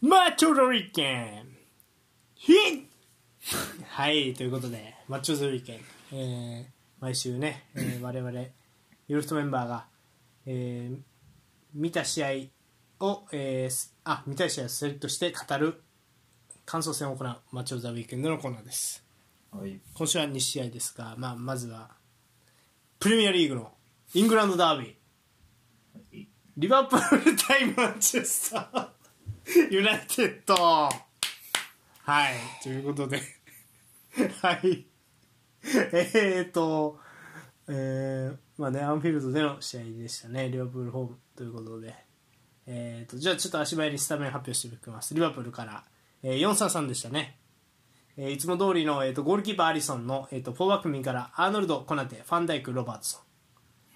マッチョロリケンヒンはい、ということで、マッチョロリケン、えー毎週ね、えー我々、ユルフトメンバーが、えー見た試合を、えーすあ、見た試合をセレクトして語る感想戦を行うマッチョ・ザ・ウィークエンドのコーナーです。はい今週は2試合ですが、まあ、まずはプレミアリーグのイングランドダービーリバプール対マンチェスター ユナイテッドはいということで はいえーとえー、まあねアンフィールドでの試合でしたねリバプールホームということでえーとじゃあちょっと足早にスタメン発表していきますリバプールから、えー、433でしたねえーいつも通りの、えー、とゴールキーパーアリソンの、えー、とフォーバックミからアーノルド、コナテ、ファンダイク、ロバートソ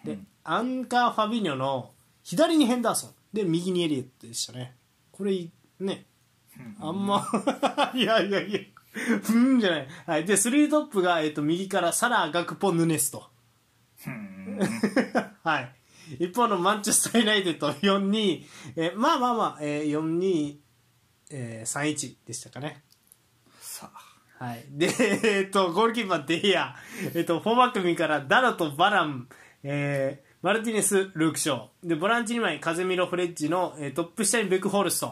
ンで、アンカー・ファビーニョの左にヘンダーソンで右にエリエットでしたねこれねあんま いやいやいやうんじゃない、はい、で3トップが、えー、と右からサラ・ガクポ・ヌネスと、うん はい、一方のマンチェスター・ユナイテッド4-2、えーまあまあまあ、えー、4-2、えー、3-1でしたかねさあはい。で、 えっと、ゴールキーパーデイヤー。えっと、フォーバック組からダラとバラン、えー、マルティネス、ルークショー。で、ボランチ2枚、カゼミロ・フレッジの、えートップ下にベクホルスト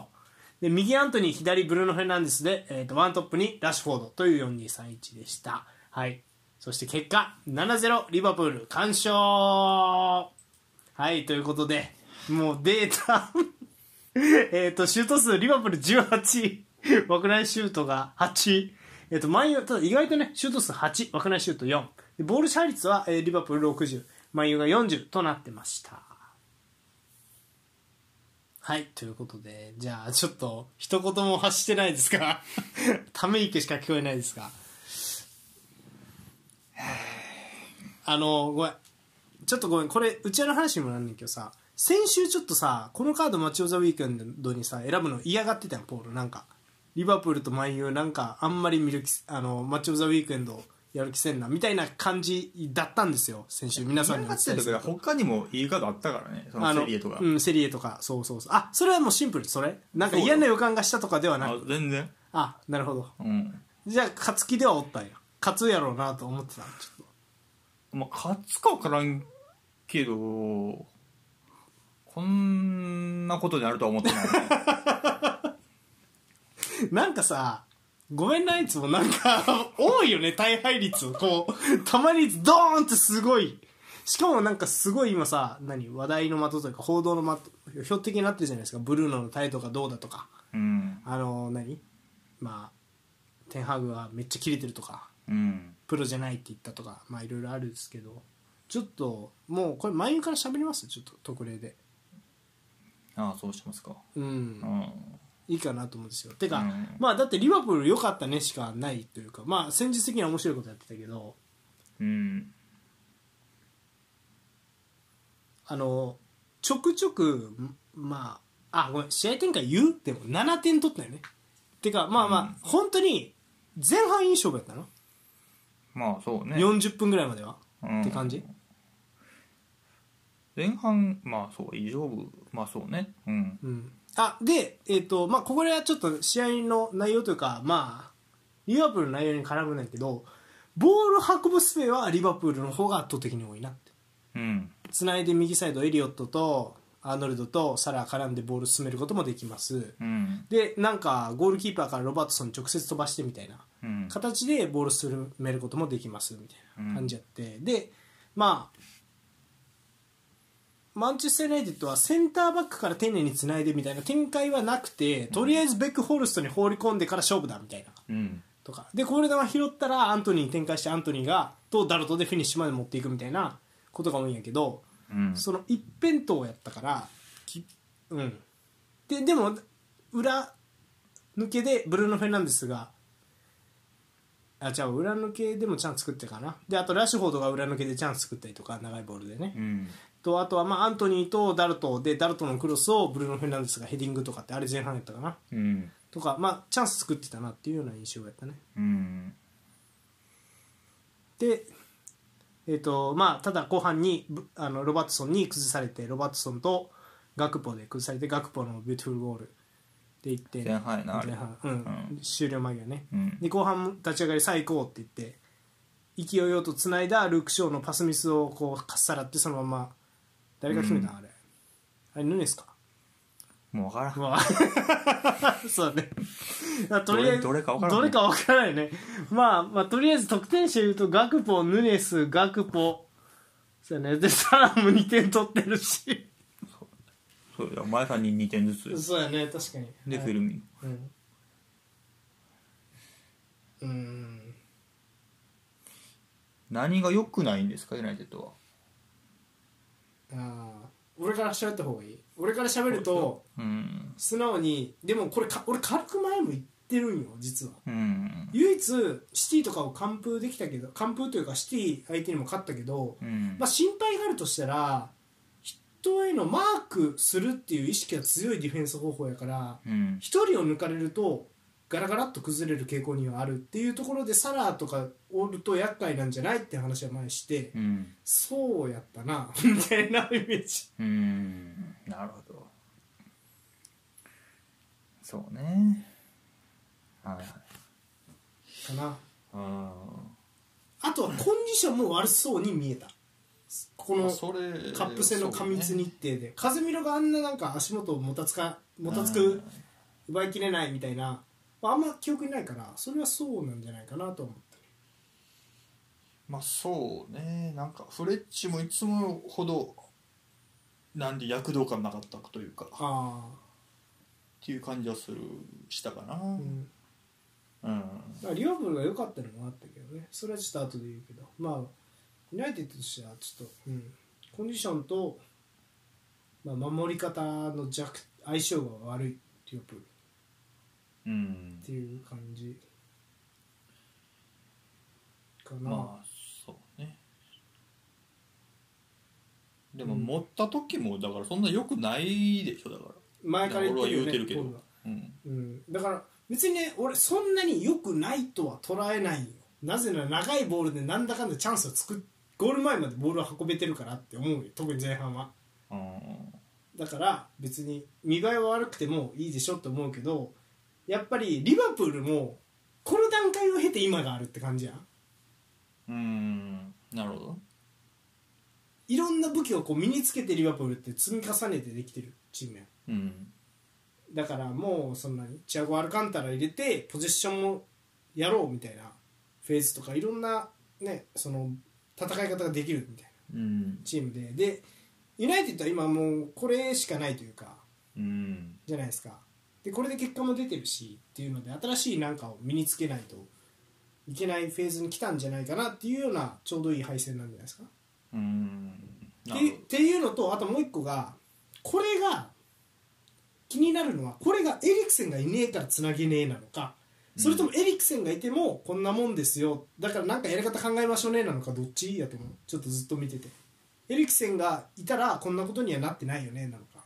ン。で、右アントニー、左ブルーノ・フェルナンデスで、えっと、ワントップにラッシュフォードという4231でした。はい。そして結果、7-0、リバプール、完勝はい、ということで、もうデータ、 えっと、シュート数、リバプール18、枠内シュートが8、えっ、と、マンユーただ意外とね、シュート数8、枠内シュート4、でボール支配率は、えーリバプール60、マンユーが40となってました。はい、ということで、じゃあ、ちょっと、一言も発してないですか ため息しか聞こえないですか あの、ごめん。ちょっとごめん、これ、うちわの話にもなんねんけどさ、先週ちょっとさ、このカードマッチオブザウィークエンドにさ、選ぶの嫌がってたよ、ポール。なんか、リバプールとマンユー、なんか、あんまり見る気せ、あの、マッチオブザウィークエンドやる気せんな、みたいな感じだったんですよ、先週。皆さんにお伝えってするか他にも言い方あったからねそのセリエとか、うん、セリエとか、そうそうそう。あ、それはもうシンプル、それなんか嫌な予感がしたとかではなあく。全然あ、なるほど。うんじゃあ、勝つ気ではおったんや。勝つやろうなと思ってた。 ちょっまあ勝つか分からんけどこんなことになるとは思ってない となんかさ、ごめんな、いつもなんか、 多いよね、大敗率。こう、たまにドーンってすごい。しかもなんかすごい今さ、何、話題の的というか、報道の的、標的になってるじゃないですか。ブルーノの態度がどうだとか。うんあの、何まあ、テンハグはめっちゃ切れてるとか。うんプロじゃないって言ったとかまあいろいろあるんですけどちょっともうこれ前から喋りますちょっと特例でああそうしますかうん、うんいいかなと思うんですよてか、うんまあだってリバプール良かったねしかないというかまあ戦術的には面白いことやってたけどうんあのちょくちょくんまああごめん試合展開言うでも7点取ったよねてかまあまあ、本当に前半いい勝負やったの、まあそうね40分ぐらいまでは、うんって感じ前半まあそう異常部まあそうねうんうん、あで、えっとまあ、ここではちょっと試合の内容というか、まあ、リバプールの内容に絡むんだけどボール運ぶスペはリバプールの方が圧倒的に多いなってうんつないで右サイドエリオットとアーノルドとサラー絡んでボール進めることもできますうんでなんかゴールキーパーからロバートソンに直接飛ばしてみたいなうん形でボール進めることもできますみたいな感じやって、でまあマンチェスター・ユナイテッドはセンターバックから丁寧につないでみたいな展開はなくてとりあえずベックホルストに放り込んでから勝負だみたいなうんとかでこぼれ球拾ったらアントニーに展開してアントニーがとダルトでフィニッシュまで持っていくみたいなことが多いんやけどうんその一辺倒やったからきうんででも裏抜けでブルーノ・フェルナンデスがあ違う裏抜けでもチャンス作ってかなであとラッシュフォードが裏抜けでチャンス作ったりとか長いボールでね、うんとあとはまあアントニーとダルトでダルトのクロスをブルーノ・フェルナンデスがヘディングとかってあれ前半やったかなうんとかまあチャンス作ってたなっていうような印象やったねうんで、えーとまあ、ただ後半にぶあのロバートソンに崩されてロバートソンとガクポで崩されてガクポのビューティフルゴールで1点前半やなあれ前半、うんう終了間際ね、うんで後半立ち上がり最高って言って勢いよとつないだルーク・ショーのパスミスをこうかっさらってそのまま誰が決めたん、あれあれヌネスかもう分からんうわ そうねまあとりあえずどれどれかわからんねどれわからないねまあまあとりあえず得点者言うとガクポヌネスガクポそうねでサラも2点取ってるしそうや前さんに2点ず つそうやね確かにではいフィルミンうんうーん何が良くないんですかユナイテッドはああ俺から喋った方がいい俺から喋るとうん素直にでもこれか俺軽く前も言ってるんよ実はうん唯一シティとかを完封できたけど完封というかシティ相手にも勝ったけど、うんまあ、心配があるとしたら人へのマークするっていう意識が強いディフェンス方法やからうん1人を抜かれるとガラガラっと崩れる傾向にはあるっていうところでサラーとかおると厄介なんじゃないって話は前にして、うんそうやったな みたいなイメージうんなるほどそうねはいはいかなああとはコンディションも悪そうに見えたこのそれカップ戦の過密日程で、カズミロがあんななんか足元をもたつかもたつくうん奪いきれないみたいな、まあ、あんま記憶にないからそれはそうなんじゃないかなと思ってまあそうねなんかフレッチもいつもほどなんで躍動感なかったというかっあていう感じはするしたかなあうんうん、まあリバプールが良かったのもあったけどねそれはちょっと後で言うけどまあユナイテッドとしてはちょっと、うん、コンディションと、まあ、守り方の弱相性が悪いリバプールうんっていう感じかな、まあそうねでも持った時もだからそんな良くないでしょだから前から言ってるよね俺は言うてるけどボールがうんうん、だから別にね俺そんなに良くないとは捉えないよなぜなら長いボールでなんだかんだチャンスを作っゴール前までボールを運べてるからって思うよ特に前半はうんだから別に見栄えは悪くてもいいでしょって思うけどやっぱりリバプールもこの段階を経て今があるって感じやんうんなるほどいろんな武器をこう身につけてリバプールって積み重ねてできてるチームやんうんだからもうそんなにチアゴ・アルカンタラ入れてポジションもやろうみたいなフェーズとかいろんなねその戦い方ができるみたいなうんチームででユナイテッドは今もうこれしかないというかうんじゃないですかでこれで結果も出てるしっていうので新しい何かを身につけないといけないフェーズに来たんじゃないかなっていうようなちょうどいい敗戦なんじゃないですかうんなってるほっていうのとあともう一個がこれが気になるのはこれがエリクセンがいねえからつなげねえなのかそれともエリクセンがいてもこんなもんですよだからなんかやり方考えましょうねなのかどっちやと思うちょっとずっと見ててエリクセンがいたらこんなことにはなってないよねなのか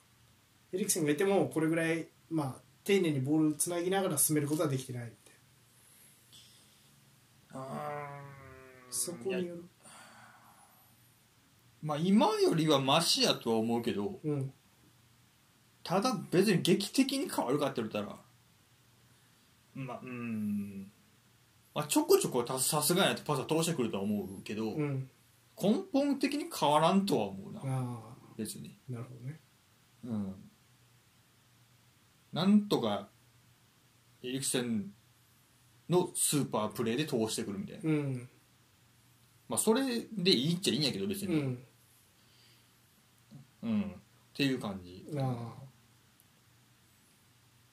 エリクセンがいてもこれぐらいまあ丁寧にボールつなぎながら進めることはできてないみたいなどそこによるまあ今よりはマシやとは思うけどうんただ別に劇的に変わるかって言ったらまあうんまあちょこちょこたさすがにやってパスは通してくるとは思うけど、うん根本的に変わらんとは思うな、あ別にあなるほどねうんなんとかエリクセンのスーパープレーで通してくるみたいな、うんまあそれでいいっちゃいいんやけど別うにうん、んっていう感じああ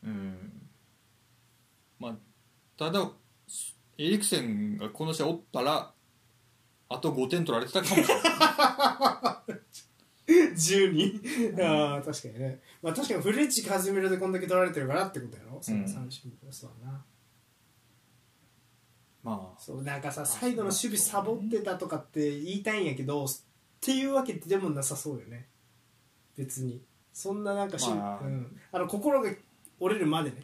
うんまあただエリクセンがこの試合おったらあと5点取られてたかもし れない 12? ああ確かにね、まあ、確かにフレッチカズミロでこんだけ取られてるからってことやろその三振そうだなまあそうなんかさサイドの守備サボってたとかって言いたいんやけどっていうわけでもなさそうよね別にそんななんかし、まあうん、あの心が折れるまでね、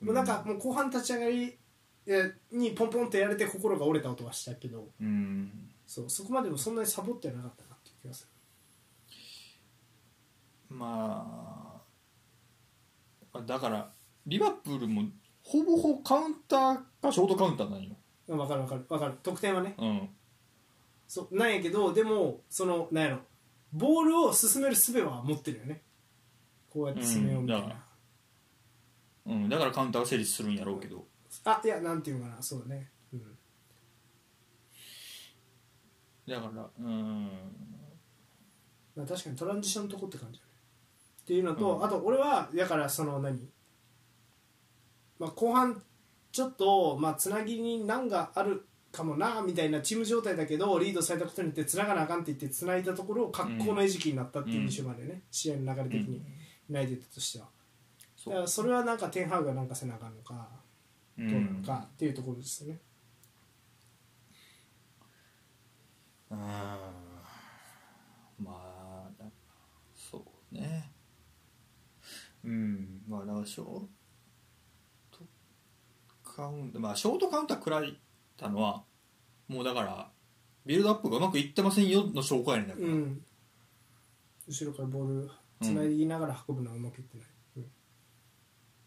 もうなんかもう後半立ち上がりえにポンポンとやれて心が折れた音はしたけどうんそうそこまでもそんなにサボってはなかったなっていう気がすまあだからリバプールもほぼほぼカウンターかショートカウンターなんよ、分かる分かる分かる得点はねうん、そうなんやけどでもそのなんやろボールを進める術は持ってるよねこうやって進めようみたいな、うんだかうん、だからカウンターは成立するんやろうけどあいやなんていうのかなそうだね、うん、だからうんまあ確かにトランジションのとこって感じだねっていうのと、うんあと俺はだからその何、まあ、後半ちょっと、まあ、つなぎに難があるかもなみたいなチーム状態だけどリードされたことによってつながなあかんって言ってつないだところを格好の餌食になったっていう印象までね、試合の流れ的うにんユナイテッドとしては、そだからうそれはなんかテンハウがなんかせなあかんのかうどうなのんかっていうところですよね、うんまあだそうねうんまあだからショートカウンターまあショートカウンター食らいたのはもうだからビルドアップがうまくいってませんよの証拠やねんだから、うん、後ろからボールつないでいながら運ぶのはうまくいってない、うん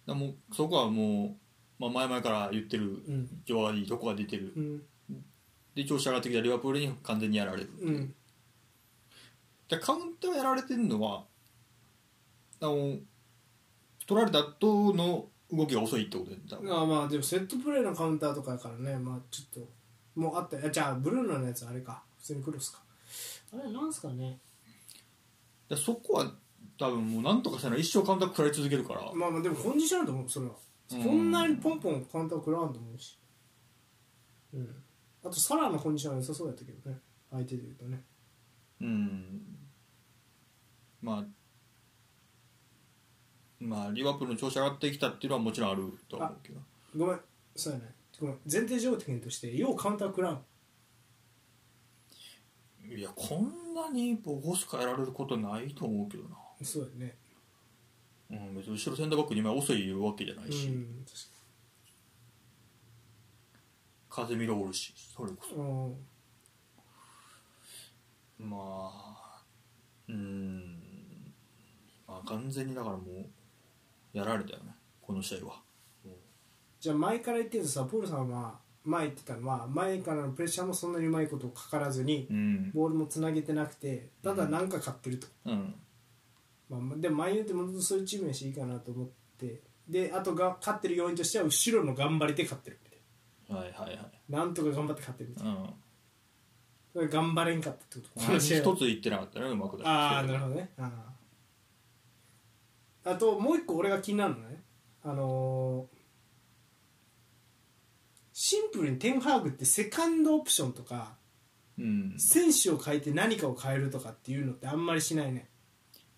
だからもうそこはもう、まあ、前々から言ってるうん情はいいとこが出てるうんで調子上がってきたリバプールに完全にやられる、うんでカウンターやられてるのはあの取られた後の動きが遅いってことだああまあでもセットプレーのカウンターとかやからねまあちょっともうあったあじゃあブルーノのやつあれか普通にクロスかあれなんすかねでそこは多分もうなんとかせな一生カウンター食らい続けるからまあまあでもコンディションだと思うそれはうんこんなにポンポンカウンター食らわんと思うしうんあとサラーのコンディションは良さそうやったけどね相手で言うとねうんまあまあリバプールの調子上がってきたっていうのはもちろんあるとは思うけどごめんそうやねごめん前提条件としてようカウンター食らういやこんなにボコスカやられることないと思うけどな、そうやねうん、別に後ろセンターバック2枚遅いわけじゃなういし、ん風見がおるしそれこそ確かにうんまあうーんまあ完全にだからもうやられたよねこの試合はじゃあ前から言ってるとさポールさんは前言ってたのは前からのプレッシャーもそんなにうまいことかからずにうんボールもつなげてなくてただなんか勝ってると、うんまあ、でもマンユーってもともとそういうチームやしいいかなと思ってであとが勝ってる要因としては後ろの頑張りで勝ってるみたいはいはいはいななんとか頑張って勝ってるみたいうんなそれ頑張れんかったってこと この試合一はつ言ってなかったねうまくだああなるほどねあーあともう一個俺が気になるのねあのーシンプルにテンハーグってセカンドオプションとかうん選手を変えて何かを変えるとかっていうのってあんまりしないね、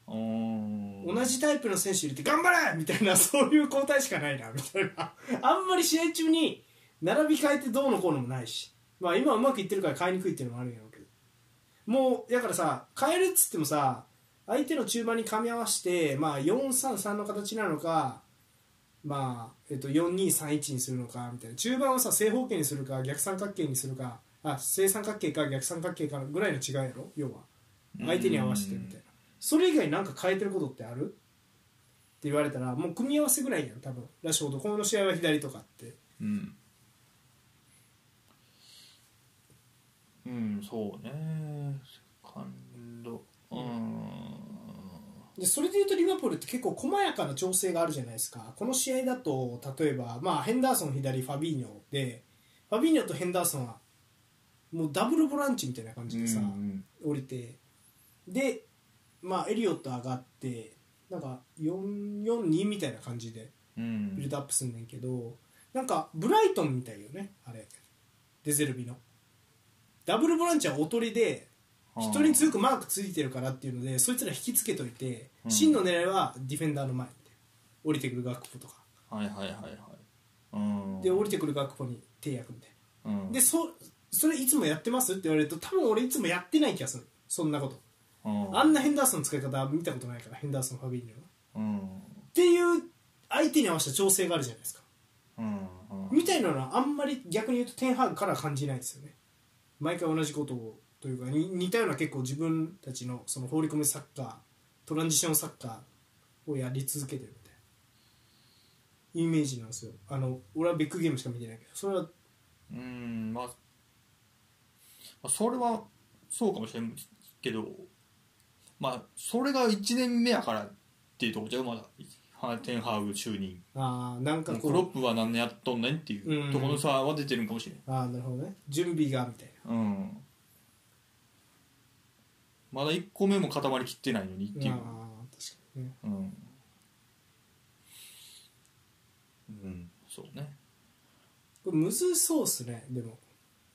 うーん同じタイプの選手入れて頑張れみたいなそういう交代しかないなみたいなあんまり試合中に並び替えてどうのこうのもないしまあ今うまくいってるから変えにくいっていうのもあるんやろうけどもうだからさ変えるっつってもさ相手の中盤に噛み合わせて、まあ、433の形なのか、まあえっと、4231にするのかみたいな中盤をさ正方形にするか逆三角形にするかあ正三角形か逆三角形かぐらいの違いやろ要は相手に合わせてみたいなそれ以外なんか変えてることってあるって言われたらもう組み合わせぐらいやん多分ラッシュフォードこの試合は左とかってうんうんそうねセカンドうんでそれでいうとリバプールって結構細やかな調整があるじゃないですかこの試合だと例えば、まあ、ヘンダーソン左ファビーニョでファビーニョとヘンダーソンはもうダブルボランチみたいな感じでさ、うん降りてで、まあ、エリオット上がってなんか442みたいな感じでうんビルドアップすんねんけどなんかブライトンみたいよねあれデゼルビのダブルボランチはおとりで一人に強くマークついてるからっていうのでそいつら引きつけといてうん真の狙いはディフェンダーの前降りてくる学校とかはいはいはいはいうんで降りてくる学校に手役みたいうんなでそそれいつもやってますって言われると多分俺いつもやってない気がするそんなことうんあんなヘンダーソンの使い方見たことないからヘンダーソンファビーニョのっうんていう相手に合わせた調整があるじゃないですかうんうんみたいなのはあんまり逆に言うとテンハーグからは感じないですよね毎回同じことをというかに似たような結構自分たちのその放り込みサッカートランジションサッカーをやり続けてるみたいなイメージなんですよあの俺はビッグゲームしか見てないけどそれはうんまあまあそれはそうかもしれんけどまあそれが1年目やからっていうとこじゃうまだハテンハーグ就任ああなんかこクうロップは何年やっとんねんっていうところの差は出てるんかもしれんああなるほどね準備がみたいうんまだ1個目も固まりきってないのにっなていうああ確かにねうん、うん、そうねこれむずそうっすねでも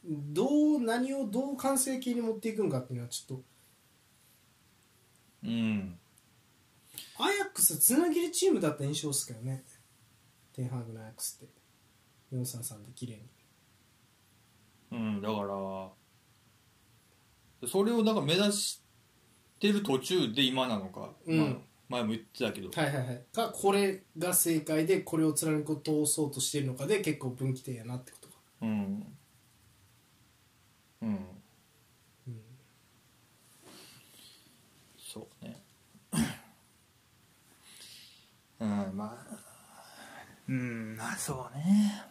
どう何をどう完成形に持っていくんかっていうのはちょっうんとアヤックスつなぎるチームだった印象っすけどねテンハーグのアヤックスって433で綺麗にうんだからそれをなんか目指してる途中で今なのか、うんまあ前も言ってたけど、はいはいはいかこれが正解でこれを貫く通そうとしてるのかで結構分岐点やなってことかうんうんうんそうね うんまあうんまあそうね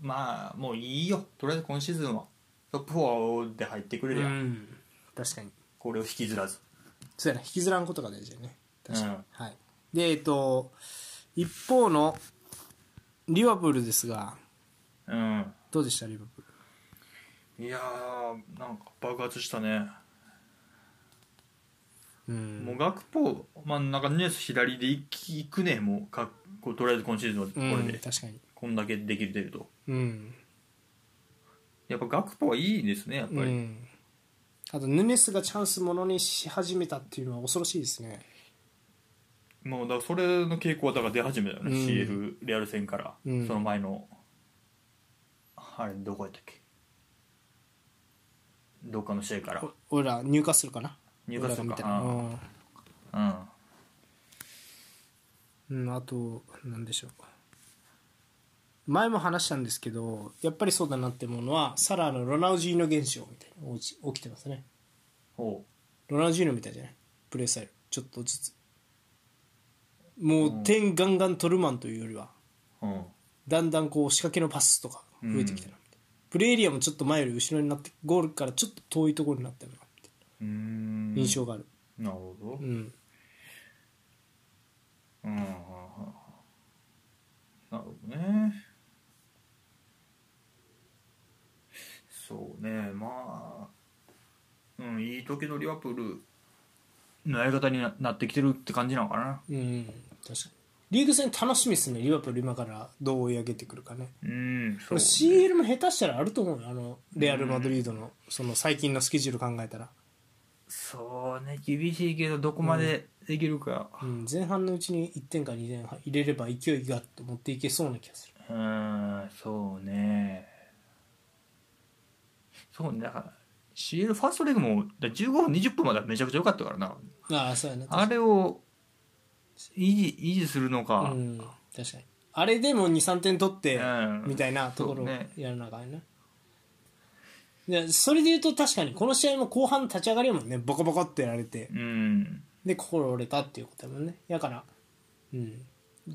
まあもういいよとりあえず今シーズンはトップ4で入ってくれりゃ、確かにこれを引きずらずそうやな引きずらんことが大事だよね確かに、うんはいでえっと一方のリバプールですがうんどうでしたリバプールいやーなんか爆発したね、うんもう学法まあなんかニュース左でいきいくねもうかっことりあえず今シーズンはこうんれで、確かにこんだけできてるとうんやっぱ学法はいいですねやっぱり、うんあとヌネスがチャンスものにし始めたっていうのは恐ろしいですねもうだからそれの傾向はだから出始めたよね、うん CF レアル戦から、うんその前のあれどこやったっけどっかの試合からお俺ら入荷するかな入荷す俺らるみたいかなうんうん、あと何でしょう前も話したんですけどやっぱりそうだなって思うのはサラーのロナウジーノ現象みたいなのが起き起きてますねおうロナウジーノみたいじゃないプレースタイルちょっと落ちつつもう点ガンガン取るマンというよりはうんだんだんこう仕掛けのパスとか増えてきたな、プレーエリアもちょっと前より後ろになってゴールからちょっと遠いところになったよなってうーん印象があるなるほどうん、うんうんうんなるほどねそうねまあうんいい時のリバプールのやり方にななってきてるって感じなのかなうん確かにリーグ戦楽しみですねリバプール今からどう追い上げてくるかねうんこそうれ CL も下手したらあると思うよあのレアル・マドリードのその最近のスケジュール考えたら、そうね厳しいけどどこまでできるかうん、前半のうちに1点か2点入れれば勢いがと持っていけそうな気がするうんそうねそうねだから CL ファーストレグもだから15分20分まではめちゃくちゃ良かったからなああそうやねあれを維持維持するのか、うん確かにあれでも23点取って、うんみたいなところをそうねやらなあかんねでそれでいうと確かにこの試合も後半立ち上がりやもんねボコボコってやられてうんで心折れたっていうことやもんねやから、うん、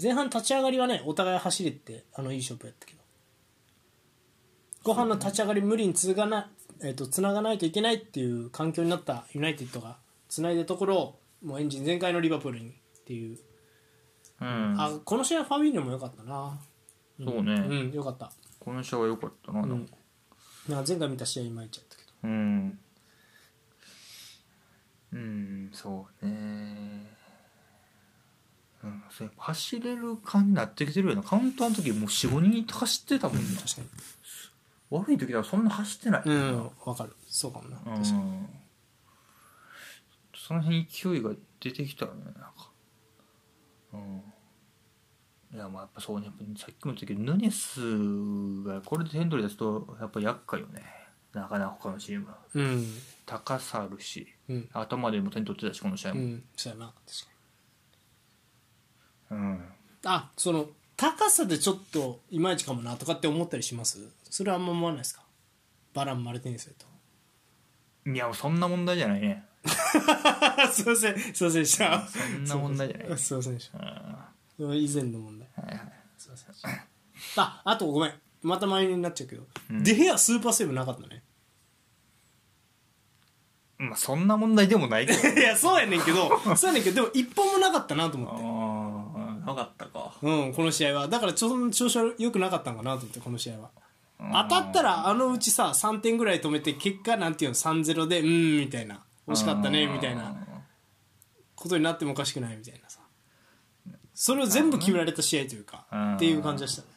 前半立ち上がりはねお互い走れてあのいい勝負やったけど後半の立ち上がり無理につがな、えー、とつながないといけないっていう環境になったユナイテッドがつないだところをもうエンジン全開のリバプールにっていう、うんあこの試合はファビーニョも良かったなそうね、うん良かった、この試合は良かったなうでもん、なんか前回見た試合今言っちゃったけどうん、うん、そうねうん、そうやっぱ走れる感じになってきてるよなカウンターの時もう45人走ってたもんな確かに悪い時だそんな走ってない、うん分かるそうかもなう確かんにその辺勢いが出てきたよねなんかうんいやまあやっぱそうねやっぱさっきも言ったけどヌネスがこれで点取り出すとやっぱ厄介よねなかなか他のチームはうん高さあるしうん頭でも点取ってたしこの試合うもんそうやな確かにうんあその高さでちょっといまいちかもなとかって思ったりしますそれはあんま思わないですかバラン・マルティネスと いやそんな問題じゃないねすいませんすいませんでしたそんな問題じゃな いすいませんでしたうん以前の問題はいはいすいませんああとごめんまたマイナーになっちゃうけど、うんデヘアスーパーセーブなかったねまあそんな問題でもないけ ど いやそうやねんけど そうやねんけどでも一本もなかったなと思ってああなかったかうんこの試合はだからちょっと調子は良くなかったのかなと思ってこの試合は当たったらあのうちさ3点ぐらい止めて結果なんていうの3-0でうーんみたいな惜しかったねみたいなことになってもおかしくないみたいなさそれを全部決められた試合というかうんっていう感じでしたね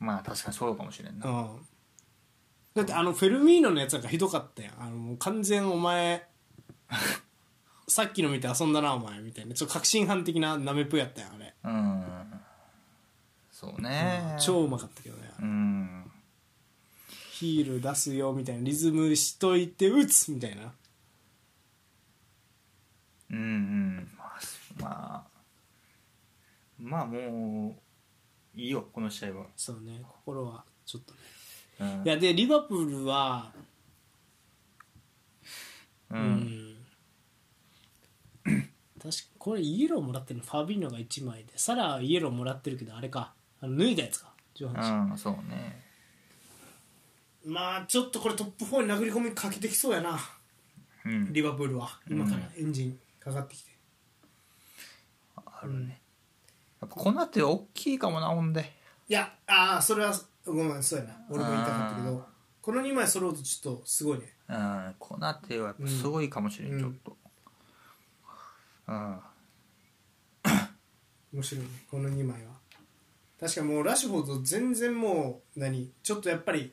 まあ確かにそうかもしれんな、うんだってあのフェルミーノのやつなんかひどかったやんあのもう完全お前 さっきの見て遊んだなお前みたいなちょっと確信犯的ななめぷやったやんあれうんそうね超うまかったけどねうんヒール出すよみたいなリズムしといて打つみたいなうんうんまあまあまあもういいよこの試合は、そうね心はちょっとねうんいやでリバプールはう、うん確かこれイエローもらってるのファビーノが1枚でサラはイエローもらってるけどあれかあの脱いだやつか上半身うん、そうねまあちょっとこれトップ4に殴り込みかけてきそうやなうんリバプールは今からエンジンかかってきて、あるねやっぱこの後大きいかもなほんでいやああそれはごめんそうやな俺も言いたかったけうどんこの2枚揃うとちょっとすごいねうんコナテはやっぱすごいかもしれん、うんちょっとうん面白いねこの2枚は確かもうラッシュフォード全然もう何ちょっとやっぱり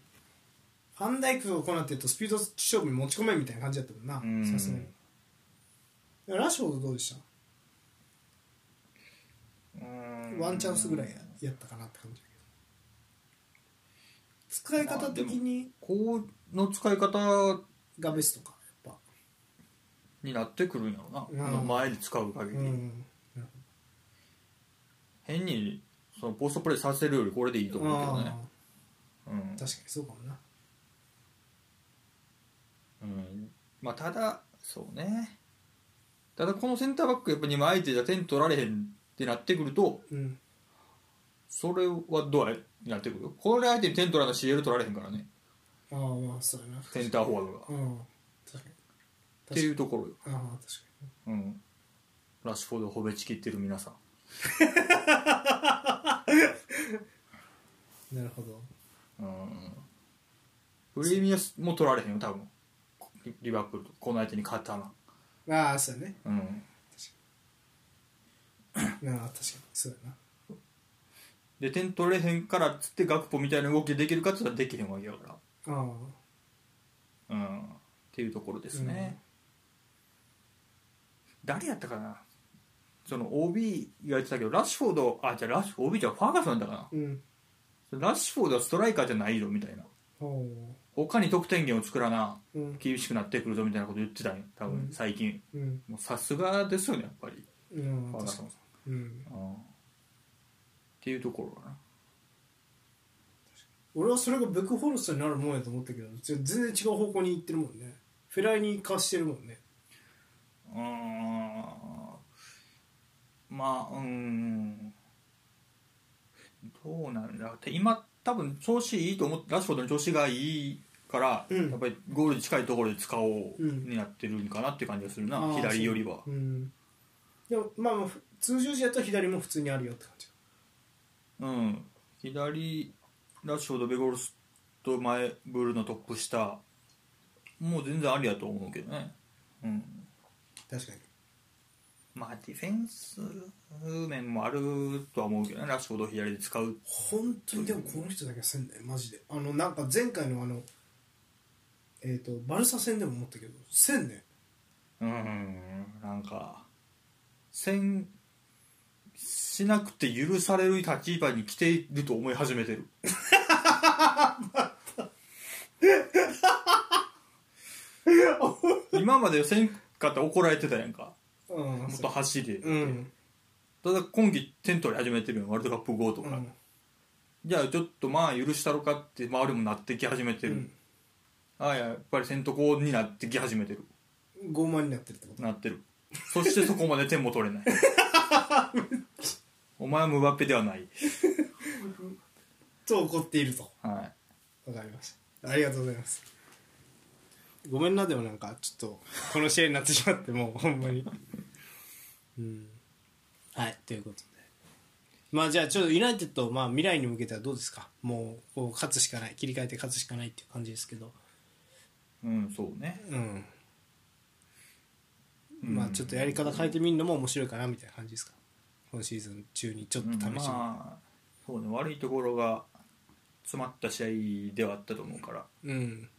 ファンダイクとコナテとスピード勝負に持ち込めみたいな感じだったもうんなさすがにんラッシュフォードどうでしたワンチャンスぐらいややったかなって感じだけど使い方的にこうの使い方がベストかやっぱになってくるんやろな、うんこの前で使う限り、うん変にそのポストプレーさせるよりこれでいいと思うけどねあ、うんあ確かにそうかもなうん、まあただそうねただこのセンターバックやっぱ2枚相手じゃ点取られへんってなってくるとうんそれはどうやってなってくるよこれ相手に点取らな CL 取られへんからねああまあそうやなセンターフォワードがうん確かにっていうところよ、ああ確かにうん、ラッシュフォードを褒めちきってる皆さんなるほどうんプレミアスも取られへんよ多分リリバプールとこの相手に勝ったなああそうやねうんああ確かにそうやなで点取れへんからっつってガクポみたいな動きできるかっつったらできへんわけやかああらうんっていうところですね、誰やったかなその OB が言ってたけどラッシュフォードあじゃあラッシュ OB じゃファーガソンだったかうんなラッシュフォードはストライカーじゃないよみたいなほ他に得点源を作らなううん厳しくなってくるぞみたいなこと言ってたんよ多分うん最近うんもうさすがですよねやっぱりうんファーガ確ソかンにうんうんっていうところかな俺はそれがベックホルストになるもんやと思ったけどちょ全然違う方向に行ってるもんねフェライに化してるもんねうーんまあうーんどうなんだって今多分調子いいと思ってラッシュフォードの調子がいいから、うんやっぱりゴールに近いところで使おううんになってるんかなっていう感じがするな、あー左よりはそううんでもまあまあふ通常時やと左も普通にあるよって感じうん左ラッシュフォードベゴルスと前ブルのトップ下もう全然ありやと思うけどねうん確かにまあディフェンス面もあるとは思うけどねラッシュフォードを左で使う本当にでもこの人だけはせんねマジであのなんか前回のあのえっ、とバルサ戦でも思ったけどせんねうんなんかせんしなくて許される立場に来ていると思い始めて る今までせんかったら怒られてたやんかうんもっと走りで、うんただ今季テントに始めてるやんワールドカップ後とうか、んじゃあちょっとまあ許したろかって周りもなってき始めてうる、んああやっぱりせんとこになってき始めてる傲慢になってるってこと なってるそしてそこまで点も取れないお前はムバッペではない。と怒っているとはい。わかりましたありがとうございますごめんなでもなんかちょっとこの試合になってしまってもうほん まにうんはいということでまあじゃあちょっとユナイテッド、まあ、未来に向けてはどうですかもうこう勝つしかない切り替えて勝つしかないっていう感じですけどうん、そうね。うんうんまあちょっとやり方変えてみるのも面白いかなみたいな感じですか今シーズン中にちょっと試しうんに、まあ、そうね、悪いところが詰まった試合ではあったと思うから。うん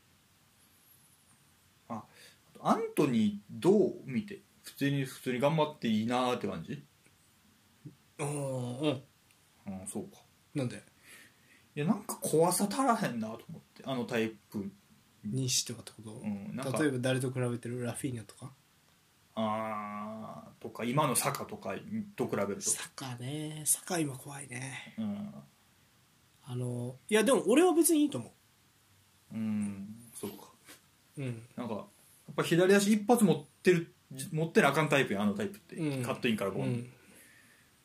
アントニーどう見て普通に普通に頑張っていいなーって感じおーうんうん、そうか。なんでいや、なんか怖さ足らへんなと思って。あのタイプ。にしてはってこと、うん、なんか、例えば誰と比べてるラフィーニャとかあーとか、今の坂とかと比べると。サッカーねサッカー今怖いねうん、あのいやでも俺は別にいいと思うん、そうか。ううんなんか、やっぱ左足一発持ってる、持ってなあかんタイプや、あのタイプって。うんカットインからボうール、ん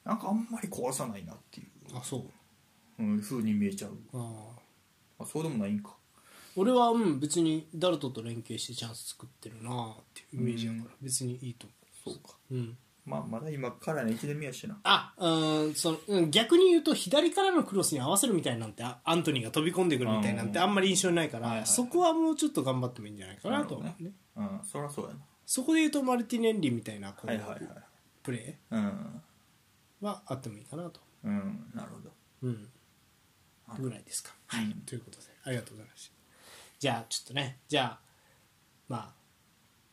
なんかあんまり壊さないなっていう、あそううん、風に見えちゃう。あーあ、そうでもないんか。俺はうん別にダルトと連携してチャンス作ってるなーっていうイメージやから、別にいいと思そうか。ううんまあ、まだ今からの1年目やしな。あうんそのうん逆に言うと左からのクロスに合わせるみたいなんてあアントニーが飛び込んでくるみたいなんてうんあんまり印象にないから、はいはいそこはもうちょっと頑張ってもいいんじゃないかなと思うなねるほどうん、そりゃそうやそこで言うとマルティネンリみたいなこうな。はいはいはい。プレうん、ーはあってもいいかなと、うん、なるほど。うんはいぐらいですか、はいということでありがとうございましたじゃあちょっとねじゃあまあ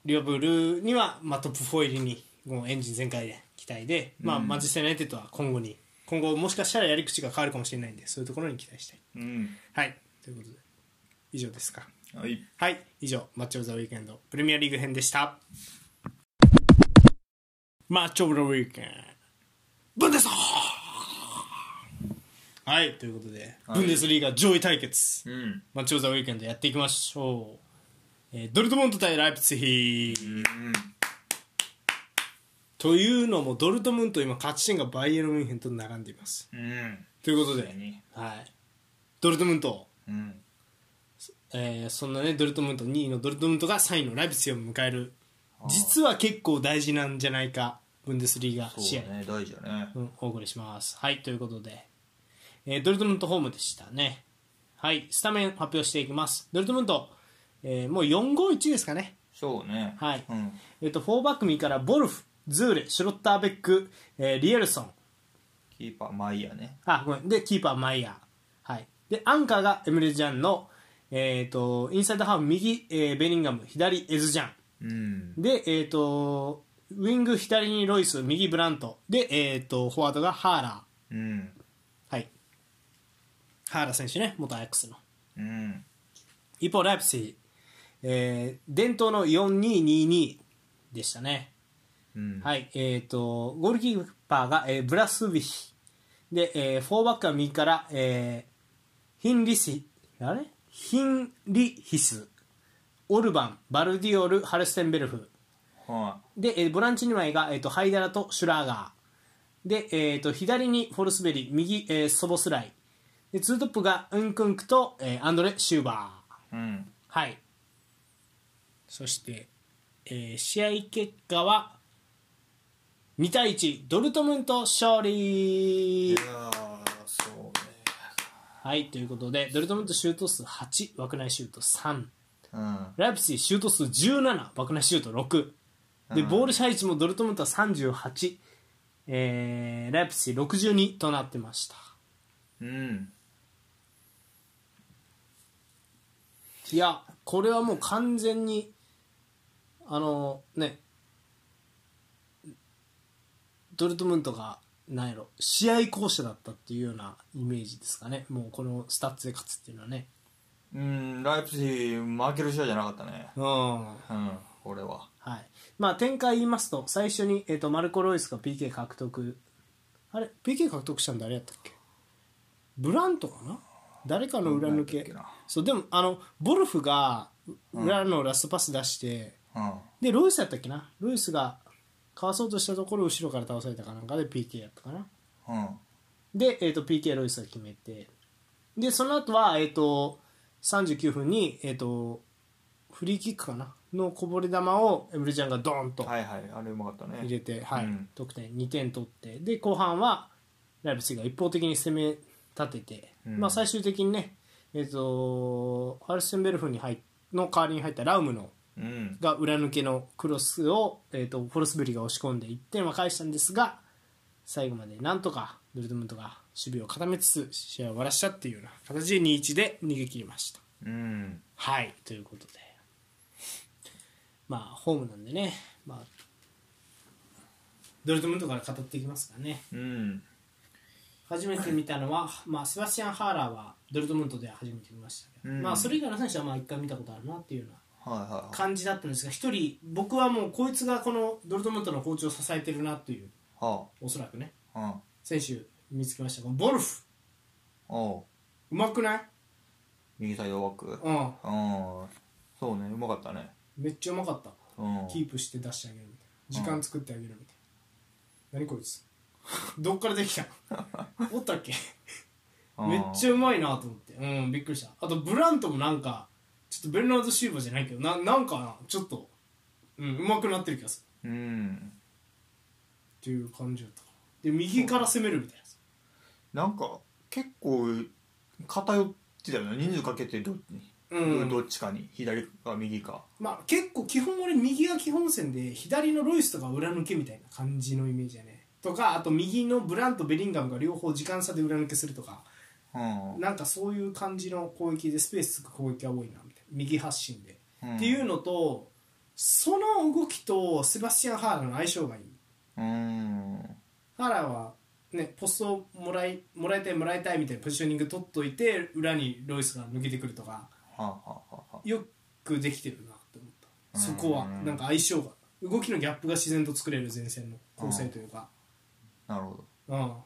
リオブルには、まあ、トップ4入りにもうエンジン全開で期待で、まあ、うんマンチェスター・ユナイテッドは今後に今後もしかしたらやり口が変わるかもしれないんでそういうところに期待したいうん。はい、ということで以上ですか。はい。はい、以上マッチョ・オブザ・ウィークエンドプレミアリーグ編でした。マッチョ・オブザ・ウィークエンドブンデスリーガはい、ということで、はいブンデスリーガ上位対決うん。マッチョ・オブザ・ウィークエンドやっていきましょう。えードルトモント対ライプツィヒうん。というのもドルトムント今勝ち点がバイエルン・ミュンヘンと並んでいますうん。ということで、ね。はい、ドルトムントうん。えーそんなねドルトムント2位のドルトムントが3位のライプツィヒを迎える実は結構大事なんじゃないかブンデスリーガそう試合だね、大事だねう。ん、お送りしますはいということで、えードルトムントホームでしたねはいスタメン発表していきますドルトムント、えーもう451ですかねそうね。はいうん。えっ、と4バック右からボルフズーレシュロッターベック、えーリエルソンキーパー、マイヤね。あごめんでキーパーマイヤー、はい、でアンカーがエムレジャンの、えー、とインサイドハーフ右、えーベリンガム左エズジャンうん。で、えー、とウィング左にロイス右ブラントで、えー、とフォワードがハーラうん。ー、はい、ハーラー選手ね元アヤックスのうん。一方ライプツィヒ、えー伝統の4222でしたねうん。はい、えっ、と、ゴールキーパーが、えーブラスビヒ。で、えーフォーバックは右から、えーヒンリシ、あれヒンリヒス、オルバン、バルディオル、ハルステンベルフ。はで、えーボランチ2枚が、えーとハイダラとシュラーガー。で、えーと左にフォルスベリ、右、えーソボスライ。で、ツートップがウンクンクと、えーアンドレ・シューバー。い。うん。はい。そして、えー試合結果は、2対1、ドルトムント勝い利やー、そうね。はい、ということで、ドルトムントシュート数8、枠内シュート3、うん。ライプツィヒシュート数17、枠内シュート6、で、うんボール支配率もドルトムントは38、えーライプツィヒ62となってました。うん。いや、これはもう完全に、あのね、ドルトムントが、なんやろ、試合巧者だったっていうようなイメージですかね、もうこのスタッツで勝つっていうのはね。うん、ライプツィ負ける試合じゃなかったね。うん。はうん、これは。い。まあ、展開言いますと、最初に、えっ、と、マルコ・ロイスが PK 獲得。あれ ?PK 獲得したの誰やったっけブラントかな誰かの裏抜ブけラントやったっけ。そう、でも、あの、ボルフが、裏のラストパス出して、うん。でロイスやったっけなロイスがかわそうとしたところを後ろから倒されたかなんかで PK やったかなうん。で、えー、と PK ロイスが決めてでその後はえっ、と39分にえっ、とフリーキックかなのこぼれ球をエブリちゃんがドーンとはいはい、あれうまかったね。入れて、はいうん得点2点取ってで後半はライブスイが一方的に攻め立てて、うんまあ、最終的にね、えっとアルセンベルフに入っの代わりに入ったラウムのうん。が裏抜けのクロスを、えっとフォルスブリが押し込んで1点は返したんですが最後までなんとかドルトムントが守備を固めつつ試合を終わらしたっていうような形で2-1で逃げ切りました。うん。はいということでまあホームなんでね、まあ、ドルトムントから語っていきますかねうん。初めて見たのは、まあ、セバスチャン・ハーラーはドルトムントで初めて見ましたけど、うんまあ、それ以外の選手はまあ一回見たことあるなっていうようなはいはいはい。感じだったんですが一人僕はもうこいつがこのドルトムントのコーチを支えてるなというはおそらくねあ。うん。選手見つけましたこのボルフおう。うまくない右サイドバック。うん。うんそうね、うまかったね。めっちゃうまかったうん。キープして出してあげるみたいな時間作ってあげるみたいな、何こいつ どっからできた のおったっけめっちゃ。ゃうまいなと思ってうんびっくりしたあとブラントもなんかちょっとベルナード・シューバーじゃないけどななんかなちょっとうんうまくなってる気がするうん。っていう感じだったかなで右から攻めるみたいななんか、結構、偏ってたよね。人数かけてど、うんどっちかに。左か右か。まあ結構基本俺右が基本線で左のロイスとか裏抜けみたいな感じのイメージやねとかあと右のブランとベリンガムが両方時間差で裏抜けするとかうん。なんかそういう感じの攻撃でスペースつく攻撃が多いなみたいな右発進で、うんっていうのとその動きとセバスチャン・ハーラーの相性がいいうん。ハーラーはねポストをもらいもらいたいもらいたいみたいなポジショニング取っといて裏にロイスが抜けてくるとかはあはあはあはあ。よくできてるなって思ったそこはうんなんか相性が動きのギャップが自然と作れる前線の構成というか、なるほど。うん、っ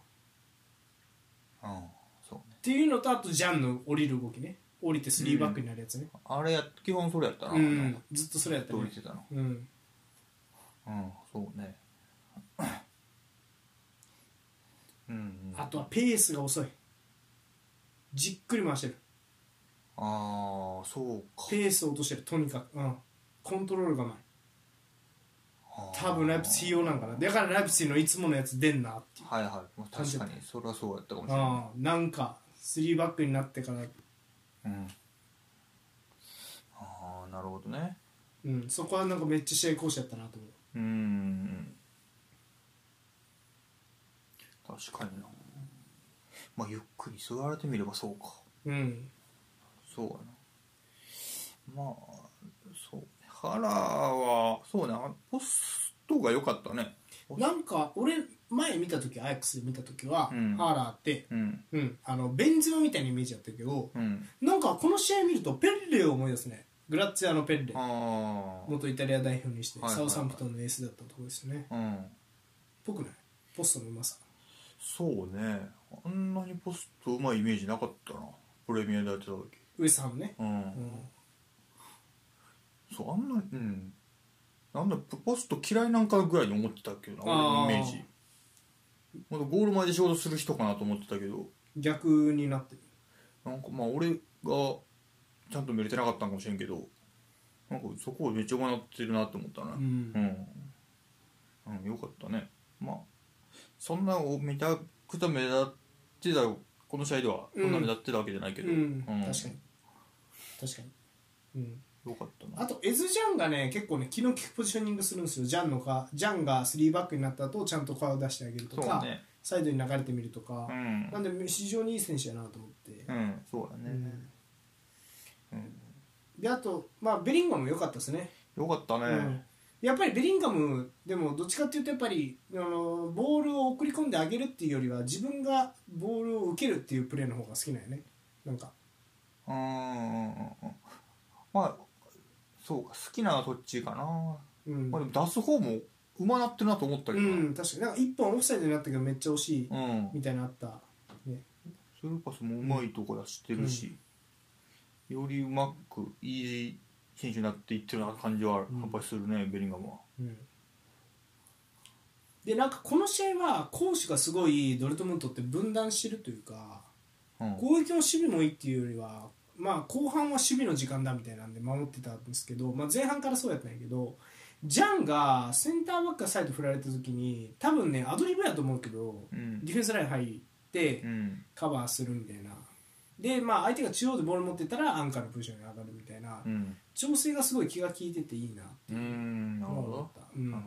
うん。そうね。ていうのとあとジャンの降りる動きね降りて3バックになるやつねあれや、基本それやったな。うん、ずっとそれやったどうね言ってたのうんうんそうね うんうんあとはペースが遅いじっくり回してるああそうかペースを落としてるとにかく、うん、コントロールがないあー多分ライプツィ用なんかなだからライプツィのいつものやつ出んなっていうはいはい、まあ、確かにそれはそうやったかもしれなああなんか3バックになってから、いうんああなるほどねうん、そこはなんかめっちゃ試合講師やったなと思ううん確かになまあゆっくり座られてみればそうかうんそうやなまあそうね原はそうねあポストが良かったねなんか俺前見た時アヤックスで見た時は、うんハーラーって、うんうん、あのベンズマみたいなイメージだったけどうんなんかこの試合見るとペッレを思い出すねグラッツィアのペッレああ元イタリア代表にして、はいはいはいサウサンプトンのエースだったところですねうんぽくないポストのうまさそうねあんなにポストうまいイメージなかったなプレミアでやってた時ウエストハムね、うん、うそうあんなうんなんだポスト嫌いなんかぐらいに思ってたけどなあー俺のイメージまだゴール前で仕事する人かなと思ってたけどん、逆になってるなんかまあ俺がちゃんと見れてなかったんかもしれんけどなんかそこをめっちゃ上回ってるなと思ったなううんん、うん、よかったねまあそんなをめちゃくちゃ目立ってたこの試合ではそうんんな目立ってたわけじゃないけうん、ど、確かに確かにうんよかったあなとエズジャンがね結構ね気の利くポジショニングするんですよジャンのかジャンが3バックになった後ちゃんと顔を出してあげるとそうか、ねサイドに流れてみるとかう、んなんで非常にいい選手やなと思って、うんそうだね、うんであと、まあ、ベリンガムも良かったですね、よかったうねんやっぱりベリンガムでもどっちかっていうとやっぱりあのボールを送り込んであげるっていうよりは自分がボールを受けるっていうプレーの方が好きなんよねなんかうんうんうんうんまあそうか好きなのはそっちかな、うん、まあ、でも出す方も馬なってるなと思ったうけどな、ん、確かになんか1本オフサイドになったけどめっちゃ惜しいうんみたいなのあった、ね、スルーパスもうまいとこ出してるし、よりうまくいい選手になっていってるような感じはやうんっぱりするね、ベリンガムは。うんでなんかこの試合は攻守がすごいドルトムントって分断してるというかうん攻撃も守備もいいっていうよりは、まあ、後半は守備の時間だみたいなんで守ってたんですけど、まあ、前半からそうやったんやけどジャンがセンターバックがサイド振られた時に多分ねアドリブやと思うけどうんディフェンスライン入ってうんカバーするみたいなで、まあ、相手が中央でボール持ってたらアンカーのポジションに上がるみたいなうん調整がすごい気が利いてていいなうんなとるほ思どった。うんあ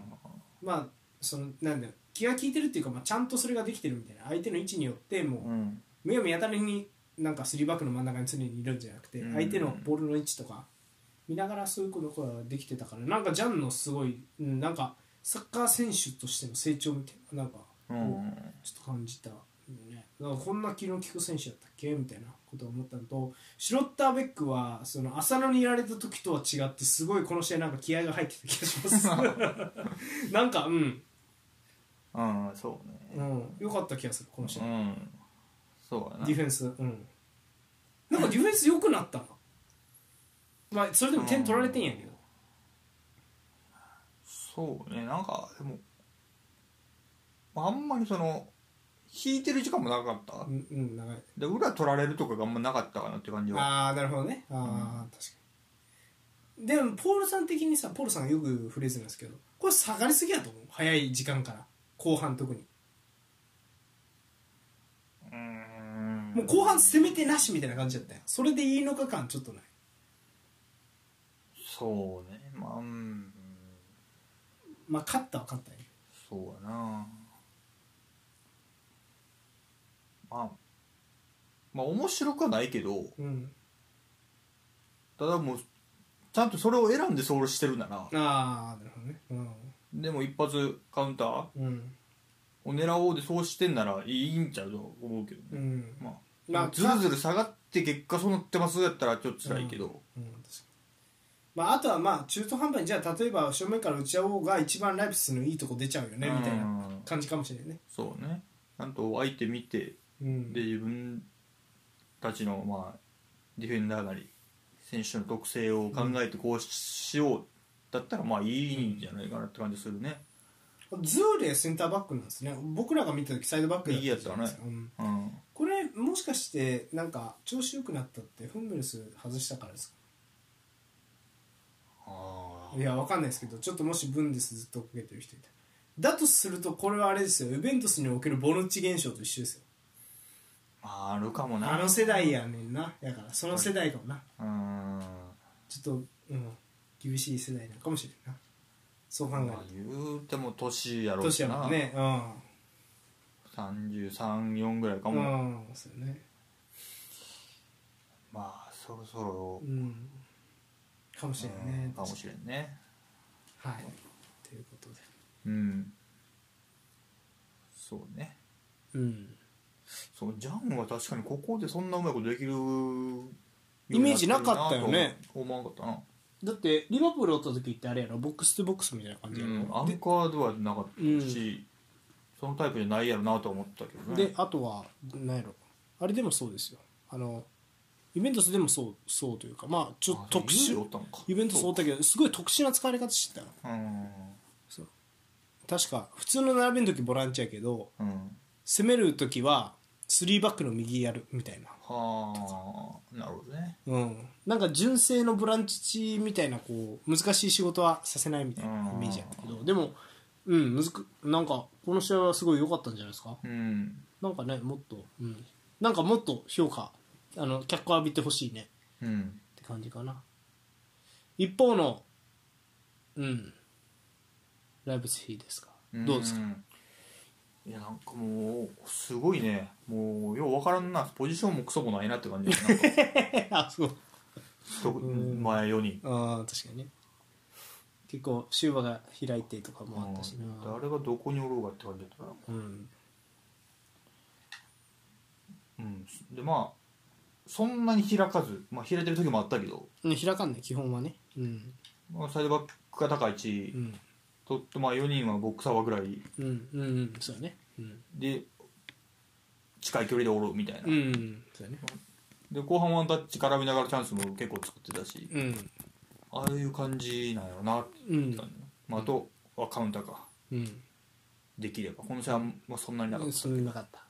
まあそのなんだよ気が利いてるっていうか、まあ、ちゃんとそれができてるみたいな相手の位置によってもううん目を見当たりになんかスリーバックの真ん中に常にいるんじゃなくて、うん相手のボールの位置とか見ながらそういうことができてたからなんかジャンのすごい、うんなんかサッカー選手としての成長みたいななんかうんちょっと感じた、ね、だからこんな気の利く選手だったっけみたいなことを思ったのとシュロッターベックはその浅野にいられた時とは違ってすごいこの試合なんか気合が入ってた気がします なんかうん、うんそうねうん、よかった気がするこの試合、うんそうだなディフェンスうんなんかディフェンス良くなったなまあそれでも点取られてんやけどそうねなんかでもあんまりその引いてる時間もなかったうんうん長いで裏取られるとかがあんまなかったかなって感じはああなるほどねああ、確かにでもポールさん的にさポールさんがよくフレーズなんですけどこれ下がりすぎやと思う早い時間から後半特にうーんもう後半攻めてなしみたいな感じだったよそれでいいのか感ちょっとないそうねまあうんまあ勝ったは勝ったよそうやなまあまあ面白くはないけどうんただもうちゃんとそれを選んでソールしてるならああなるほどねうんでも一発カウンターうんを狙おうでそうしてんならいいんちゃうと思うけどうね、んまあまあずるずる下がって結果そうなってますやったらちょっと辛いけど、うん、確かにまあ、あとはまあ中途半端にじゃあ例えば正面から打ち合おうが一番ライプスのいいとこ出ちゃうよねみたいなうん感じかもしれないね、そうねちゃんと相手見てうんで自分たちのまあディフェンダーなり選手の特性を考えてこうしようだったらまあいいんじゃないかなって感じするねズーレセンターバックなんですね僕らが見た時サイドバックじゃないですかうんうんこれもしかしてなんか調子良くなったってフンベルス外したからですあかいやわかんないですけどちょっともしブンデスずっと追っかけてる人いたらだとするとこれはあれですよユベントスにおけるボルッチ現象と一緒ですよああるかもなあの世代やねんなやからその世代かもな、うんちょっと、うん、厳しい世代なのかもしれんなそう考えるまあ言うても年やとろう年しやなもんねう334ぐらいかんうも、んそうよねまあそろそろう、んかもしれんうんねかもしれんねはいということでうんそうねうんそうジャンは確かにここでそんなうまいことできるイメージなかったよねようになってるなと思わなかったなだってリバプール打った時ってあれやろボックスとボックスみたいな感じやろ、うん、アンカーではなかったし、そのタイプじゃないやろなとは思ったけどねであとは何やろあれでもそうですよあのイベントスでもそうそうというかまあちょっあと特ユーロお殊ったのかイベントスおったけどすごい特殊な使われ方してたようんそう確か普通の並べの時ボランチやけどうん攻める時は3バックの右やるみたいなはあなるほどねうんなんか純正のボランチみたいなこう難しい仕事はさせないみたいなうんイメージやったけどでもうんむずくなんかこの試合はすごい良かったんじゃないですかうんなんかねもっと、うん、なんかもっと評価あの脚光浴びてほしいねうんって感じかな一方のうんライブスヒーですかどうですか んいやなんかもうすごいねもうようわからんなポジションもクソもないなって感じな んかあそう一前4人あー確かにね結構シューバが開いてとかもあったしなうん誰がどこにおろうかって感じだったなうんうんでまあそんなに開かず、まあ、開いてる時もあったけど、うん開かんね基本はねうんまあ、サイドバックが高い位置うんとってまあ4人はボックサーぐらいうんうんうんそうだねうんで近い距離でおろうみたいな、うんうんそうだねで後半ワンタッチ絡みながらチャンスも結構作ってたしうんああいう感じなんやろなってうん感じ、まあ、あとはカウンターかうんできればこの試合はまあそんなになかっそんなになかった、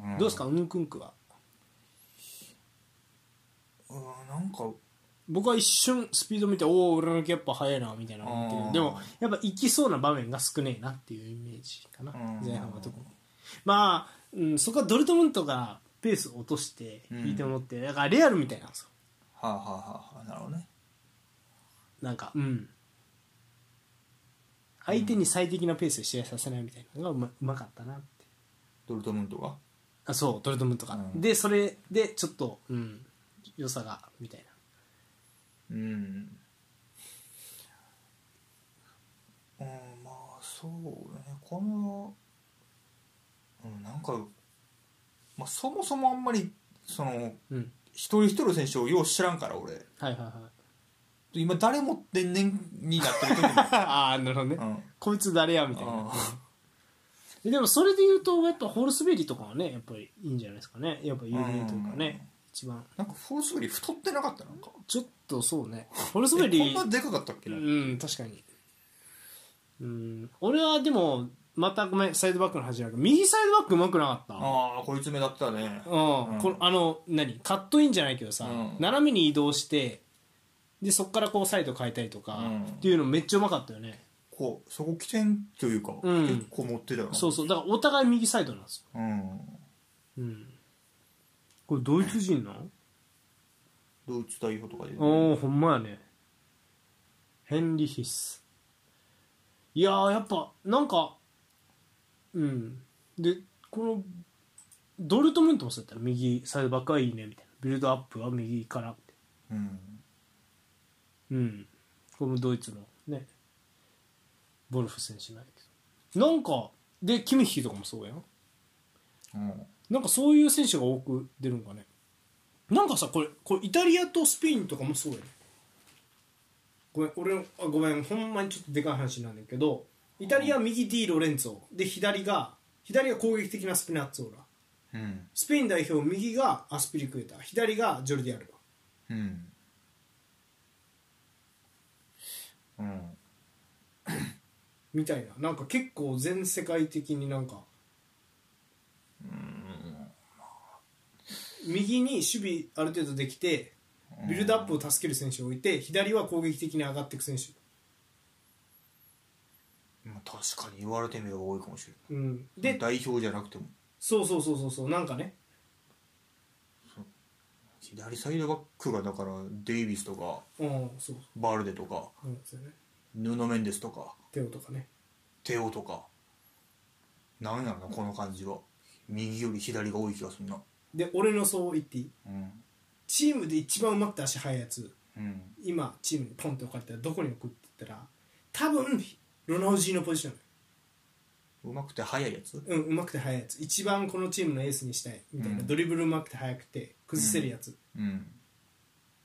た、んどうですかうんくんくはうんなんか僕は一瞬スピード見ておお俺のキャッパ速いなみたいな思ってうるんでもやっぱ行きそうな場面が少ねえなっていうイメージかなうん前半は特にまあ、うん、そこはドルトムントがペースを落としてうんいいと思って、だからレアルみたいなんですよはあはあはあはあなるほどねなんかうん相手に最適なペースで試合させないみたいなのがうまうまかったなってドルトムントがあそうドルトムントが、うんでそれでちょっとうん良さがみたいなうんうんまあそうねこのうんなんか、まあ、そもそもあんまりそのうん一人一人の選手をよう知らんから俺はいはいはい今誰持ってんねんになってる時も ああなるほどね、うんこいつ誰やみたいなえでもそれで言うとやっぱホールスベリーとかはねやっぱりいいんじゃないですかねやっぱ有名というかね、一番なんかフォースベリー太ってなかったなんかちょっとそうねホールスベえリこんー なでかかったっけうな、ん確かにうん俺はでもまたごめんサイドバックの話だけど右サイドバックうまくなかったああこいつ目立ったねうんうんこのあの何カットインじゃないけどさ、うん斜めに移動してでそっからこうサイド変えたりとか、うんっていうのめっちゃうまかったよねこうそこ起点というか、うん結構持ってたよなそうそうだからお互い右サイドなんですようんうんこれドイツ人なのドイツ代表とかでおおほんまやねヘンリヒスいやーやっぱなんかうんでこのドルトムントもそうやったら右サイドバックはいいねみたいなビルドアップは右からってうんうんこのドイツのねボルフ選手ないけどなんかでキミッヒとかもそうやんうんなんかそういう選手が多く出るんかねなんかさこれこれイタリアとスペインとかもそうやねごめん俺あごめんほんまにちょっとでかい話なんだけどイタリアは右 D ロレンツォで左が左が攻撃的なスピナッツォーラうんスペイン代表右がアスピリクエタ左がジョルディアルバうんうんみたいななんか結構全世界的になんか右に守備ある程度できてビルドアップを助ける選手を置いて左は攻撃的に上がっていく選手まあ確かに言われてみれば多いかもしれうん、ないで代表じゃなくてもそうそうそうそうそうなんかね左サイドバックがだからデイビスとかうんそうバルデとかなんですよねヌノメンデスとかテオとかねテオとかなんやろなこの感じは右より左が多い気がするなで俺のそう言っていいうんチームで一番うまくて足速いやつうん今チームにポンって置かれたらどこに置くって言ったら多分ロナウジーのポジションうまくて速いやつうんうまくて速いやつ一番このチームのエースにしたいみたいな、うんドリブルうまくて速くて崩せるやつ、うん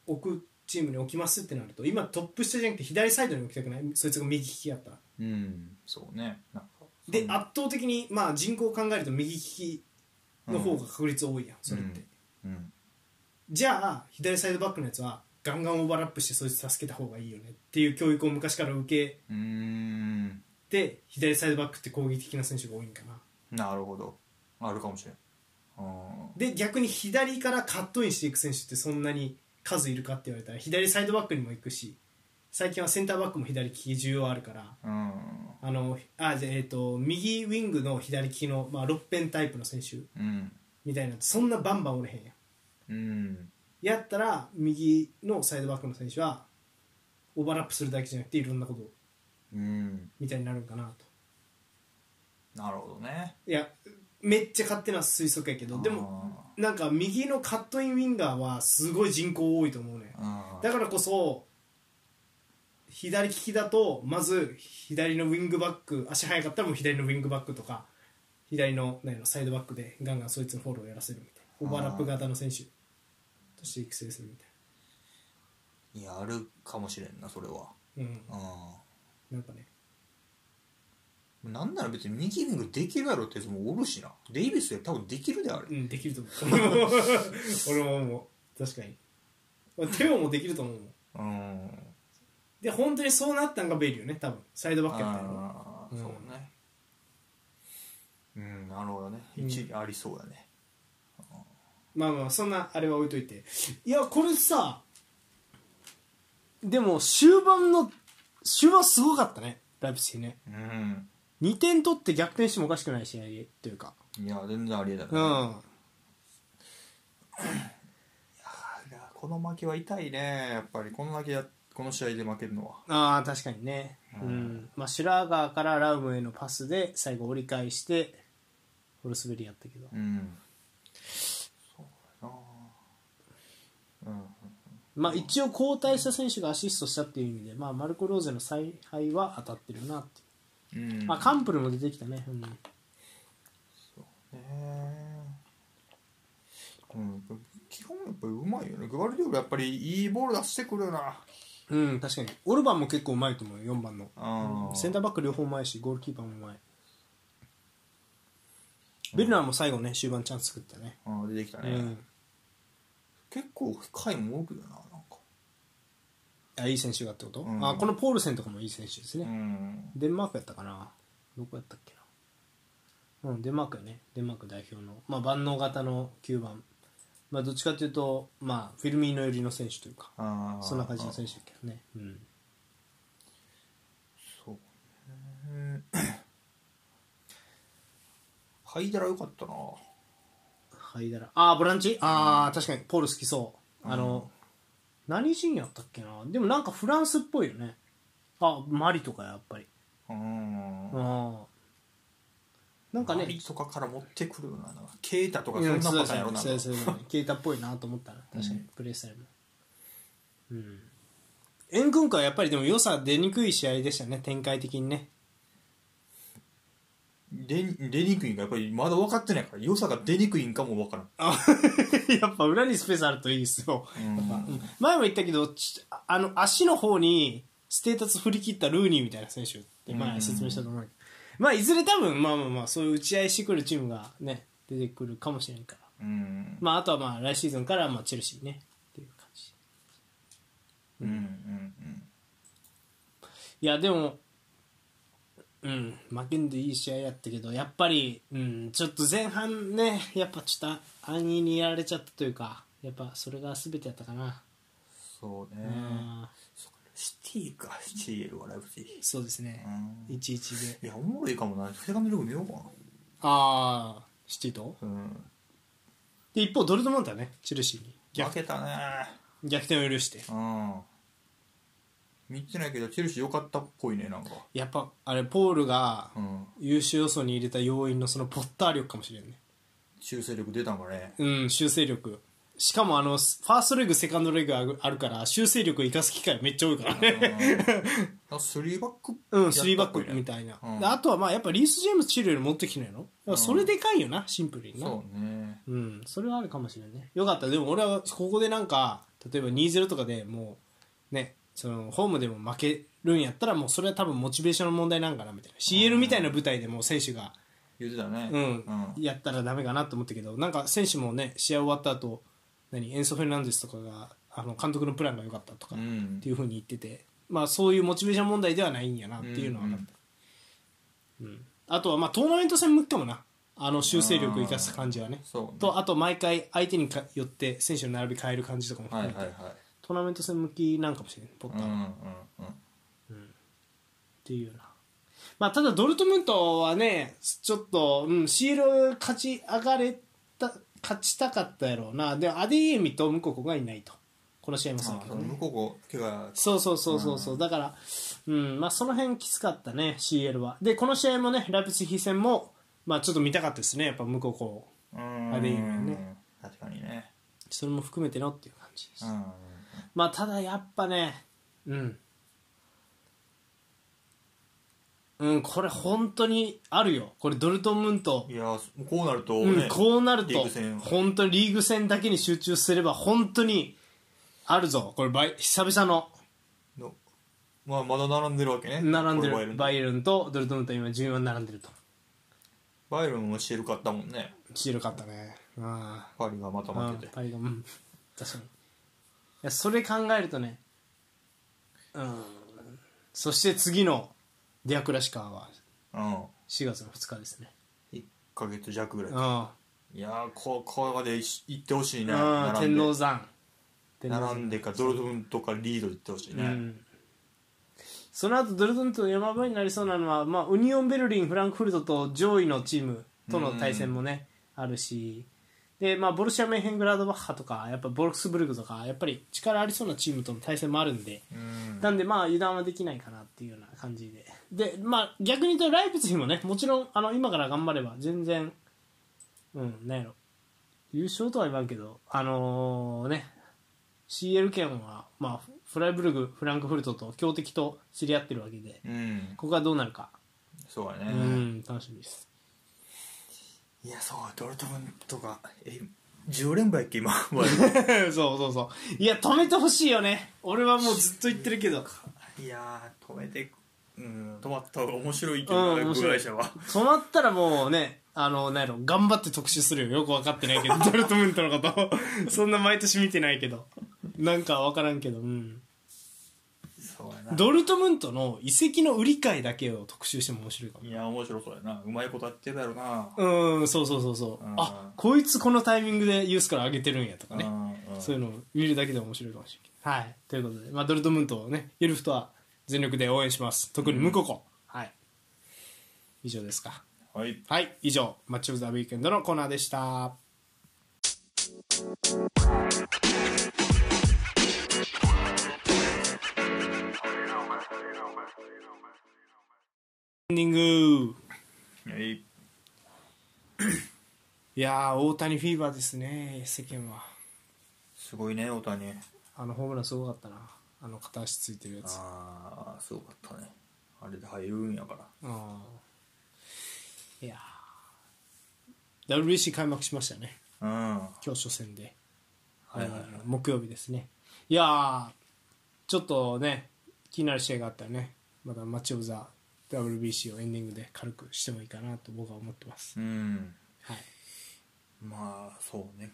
置くチームに置きますってなると今トップ下じゃなくて左サイドに置きたくないそいつが右利きやったらうんそうねなんかで圧倒的にまあ人口を考えると右利きの方が確率多いやんそれって、うんじゃあ左サイドバックのやつはガンガンオーバーラップしてそいつ助けた方がいいよねっていう教育を昔から受けうんて左サイドバックって攻撃的な選手が多いんかななるほどあるかもしれんうんで逆に左からカットインしていく選手ってそんなに数いるかって言われたら左サイドバックにも行くし最近はセンターバックも左利き重要あるからうんあのあじゃあえっ、と右ウィングの左利きの、まあ、ロッペンタイプの選手うんみたいなそんなバンバンおれへんやんうんやったら右のサイドバックの選手はオーバーラップするだけじゃなくていろんなことをうんみたいになるんかなとなるほどねいやめっちゃ勝手な推測やけどでもなんか右のカットインウィンガーはすごい人口多いと思うねあーだからこそ左利きだとまず左のウィングバック足速かったらもう左のウィングバックとか左の何やろサイドバックでガンガンそいつのフォローをやらせるみたいなオーバーラップ型の選手として育成するみたうんやるかもしれんなそれはいなうんうなんかねんなんなら別に右ウィングできるやろってやつもおるしなデイビスで多分できるであれうんできると思う 俺も思う確かにテオもできると思うもんうんで本当にそうなったんがベイリーよね多分サイドバックやったのあーそうねうんなるほどねうん一理ありそうだね、まあまあそんなあれは置いといていやこれさでも終盤の終盤すごかったねライプツィヒねうん2点取って逆転してもおかしくない試合というかいや全然ありえだね、ういやんこの負けは痛いねやっぱりこの負けやこの試合で負けるのはああ確かにね、ううんんまあ、シュラーガーからラウムへのパスで最後折り返してホルスベリやったけど、うんそうだなうんまあ、一応交代した選手がアシストしたっていう意味で、まあ、マルコ・ローゼの采配は当たってるなっていううんあカンプルも出てきたね、うん、ねうん、基本やっぱりうまいよねグバルディオルやっぱりいいボール出してくるよなうん、確かにオルバンも結構うまいと思うよ4番のあセンターバック両方うまいしゴールキーパーもうまいベルナーも最後ね終盤チャンス作ったね、あー出てきたうね、ん、結構深いも多くだななんかあいい選手がってこと、うんあこのポールセンとかもいい選手ですね、んデンマークやったかなどこやったっけなうんデンマークやねデンマーク代表の、まあ、万能型の9番、まあ、どっちかというと、まあ、フィルミーノ寄りの選手というかあーそんな感じの選手だけどねうんそうねハイダラよかったなハイダラああボランチああ確かにポール好きそうあの、何人やったっけなでもなんかフランスっぽいよねあマリとかやっぱりうんああなんかねマリとかから持ってくるよななんかケイタとかいそんやなそうパそターンやろうなそうそうそうケイタっぽいなと思ったな確かにうんプレースタイルもうんエン君かはやっぱりでも良さ出にくい試合でしたね展開的にね出出にくいんかやっぱりまだ分かってないから良さが出にくいんかも分からんあ やっぱ裏にスペースあるといいですよ、うんやっぱうん前も言ったけどちあの足の方にステータス振り切ったルーニーみたいな選手って前説明したと思うけど、まあいずれ多分まあまあまあそういう打ち合いしてくるチームがね出てくるかもしれないからうんまああとはまあ来シーズンからはまあチェルシーねっていう感じうんうんうんいやでもうん負けんでいい試合やったけどやっぱり、うん、ちょっと前半ねやっぱちょっと安易にやられちゃったというかやっぱそれが全てやったかな、そうね、うんそっかシティか CL はライブシティそうですねうん11でいやおもろいかもな手紙ログ見ようかああシティとなうんで一方ドルトモントはねチェルシーに負けたね逆転を許してうん見てないけどチェルシー良かったっぽいねなんかやっぱあれポールがうん優秀予想に入れた要因のそのポッター力かもしれんね修正力出たんかねうん修正力しかもあのファーストレグセカンドレグあるあるから修正力を生かす機会めっちゃ多いからね うんスリーバックうん、3バックみいたいな、うんであとはまあやっぱリース・ジェームズチルより持ってきてないの、うんそれでかいよなシンプルになそうねうん、それはあるかもしれないねよかったでも俺はここでなんか例えば2-0とかでもうねそのホームでも負けるんやったらもうそれは多分モチベーションの問題なんかなみたいな CL みたいな舞台でもう選手が、言ってたねうんうんやったらダメかなと思ったけどなんか選手もね試合終わった後何エンソ・フェルナンデスとかがあの監督のプランが良かったとか、うっんていうふうに言ってて、まあ、そういうモチベーション問題ではないんやなっていうのは分かった、うん、あとはまあトーナメント戦向きかもなあの修正力を生かす感じはねそうねとあと毎回相手にかよって選手の並び変える感じとかもは含めいはて、いはいトーナメント戦向きなんかもしれないポッうターんうはっんうんていうような、まあ、ただドルトムントはねちょっと、うん、シール勝ち上がれた勝ちたかったやろうなでアディエミとムココがいないとこの試合もそうだあけどそのね向こうが怪我そうそうそうそうそう、だから、うんまあ、その辺きつかったね CL はでこの試合もねライプツィヒ戦も、まあ、ちょっと見たかったですねやっぱ向こうこううんあれいいよね確かにねそれも含めてのっていう感じです、うんまあただやっぱねうんうんこれ本当にあるよこれドルトムントいやーこうなるとうねん、こうなるリーとグ戦本当にリーグ戦だけに集中すれば本当にあるぞこれバイ久々ののまあまだ並んでるわけね並んでこれバイエルるバイエルンンとドルトムント今14並んでるとバイエルンもシェル買ったもんねシール買ったねうんパリがまたう負んけてパリがうん確かにいやそれ考えるとねうんそして次のディアクラシカはうん4月の2日ですね一ヶ月弱ぐらい、うんいやーこここまでい行ってほしいね、うん並ん天で王山天王山並んでかドルトンとかリードで行ってほしいね、うんその後ドルトンと山場になりそうなのは、まあ、ウニオンベルリンフランクフルトと上位のチームとの対戦もね、あるしで、まあ、ボルシア・メンヘングラードバッハとかやっぱボルクスブルクとかやっぱり力ありそうなチームとの対戦もあるんで、うんなんでまあ油断はできないかなっていうような感じでで、まあ、逆に言うとライプツィヒもねもちろんあの今から頑張れば全然うんなんやろ優勝とは言わんけどあのね CL 圏は、まあ、フライブルグフランクフルトと強敵と知り合ってるわけでうん、ここがどうなるかそうだうね、ん楽しみですいやそうドルトンとかえ10連敗っ け今 そうそうそういや止めてほしいよね俺はもうずっと言ってるけどいやー止めてうん止まった方が面白いけうどん面部白い外者は止まったらもうね、あの、なんやろ、頑張って特集するよ。よく分かってないけ ど、ドルトムントのこと。そんな毎年見てないけど。なんか分からんけど、うん。そうやなドルトムントの遺跡の売り買いだけを特集しても面白いかも。いや面白そうやなうまいことやってるやろなうん、そうそうそうそう。うんあ、こいつこのタイミングでユースから上げてるんやとかね。うんうんそういうのを見るだけで面白いかもしれない。はい。ということで、まあ、ドルトムントをね、ゆるふとは全力で応援します。特にムココ。はい。以上ですか。はいはい、以上、マッチオブザウィークエンドのコーナーでした。エンディングはいいやー大谷フィーバーですね世間はすごいね大谷あのホームランすごかったなあの片足ついてるやつああすごかったねあれで入るんやからあーいやー WBC 開幕しましたねうん今日初戦ではいはいはいえー木曜日ですねいやーちょっとね気になる試合があったらねまだマッチオブザ WBC をエンディングで軽くしてもいいかなと僕は思ってます、うんはい、まあそうね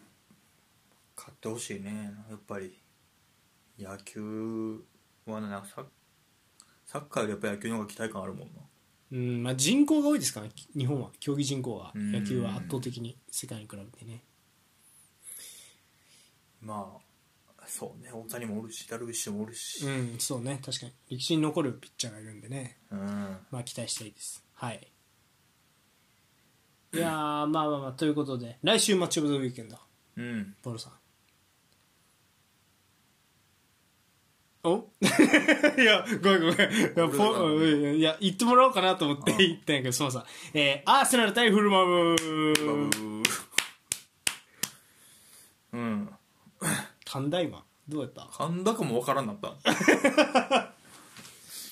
買ってほしいねやっぱり野球はなサッサッカーよりやっぱ野球の方が期待感あるもんなうんまあ、人口が多いですからき日本は競技人口はうん野球は圧倒的に世界に比べてねまあそうね大谷もおるしダルビッシュもおるしうんそうね確かに歴史に残るピッチャーがいるんでねうんまあ期待したいですはいいやーまあまあまあということで来週マッチオブザウィーケンドうんボルさんお いやごめんごめんいや俺だからポうんいや言ってもらおうかなと思ってうん言ったんやけどそうさえー、アーセナル対フルマムうん寛大マンどうやった噛んだかもわからんなった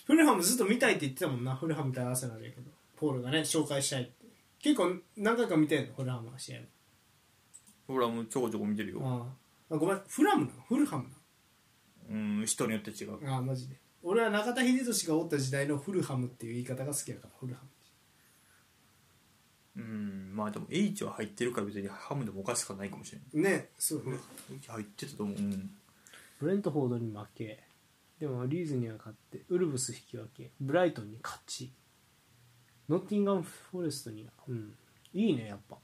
フルハムずっと見たいって言ってたもんなフルハム対アーセナルやけどポールがね紹介したいって結構何回か見てんのフルハムの試合俺はもうちょこちょこ見てるよああごめんフラムなのフルハムうん人によって違うなのああマジで俺は中田英寿がおった時代のフルハムっていう言い方が好きやからフルハムうんまあでも H は入ってるから別にハムでもおかしくはないかもしれないねそうね H 入ってたと思ううんブレントフォードに負けでもリーズには勝ってウルブス引き分けブライトンに勝ちノッティンガンフォレストにはうんいいねやっぱ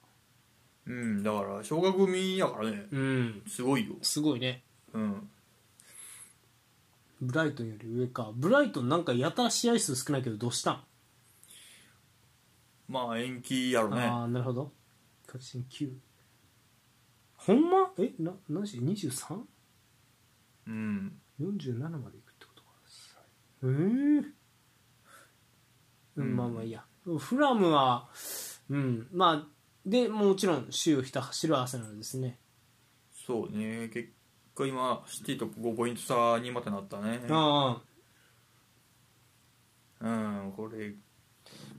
うんだから小学組やからねうんすごいよすごいねうんブライトンより上かブライトンなんかやたら試合数少ないけどどうしたん、まあ延期やろねああなるほど勝ち点9ほんまえな何し 23?47 うんまでいくってことかええーうんうんまあまあいいやフラムはうんまあでもちろん週ひた走るアーセナルですね、そうね結果今シティと5ポイント差にまたなったねああうんこれ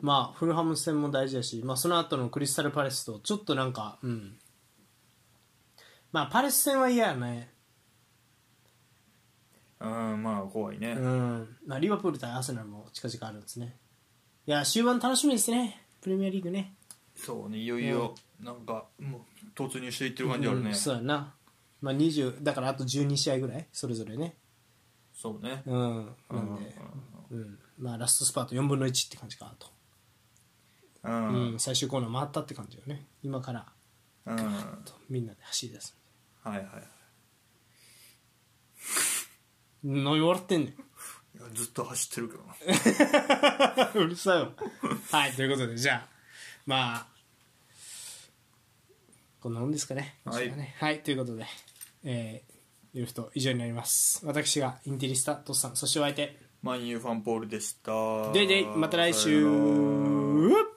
まあフルハム戦も大事だし、まあ、その後のクリスタルパレスとちょっとなんかうんまあパレス戦は嫌やねうんまあ怖いねうん、まあ、リバプール対アーセナルも近々あるんですねいや終盤楽しみですねプレミアリーグねそうねいよいよなんかもう突入していってる感じあるね、うん、そうやな、まあ、20だからあと12試合ぐらいそれぞれねそうねうんうなんんで、うんまあ、ラストスパート4分の1って感じかなとうん、うん、最終コーナー回ったって感じよね今からうん、はいみんなで走り出すはいはい何笑ってん ねんいやずっと走ってるけどなうるさい わはいということでじゃあまあこんなもんですかねはい今週ねはい、ということでえー、ゆるふと以上になります私がインテリスタトッさんそしてお相手マンユーファンポールでしたデイデイまた来週さよなら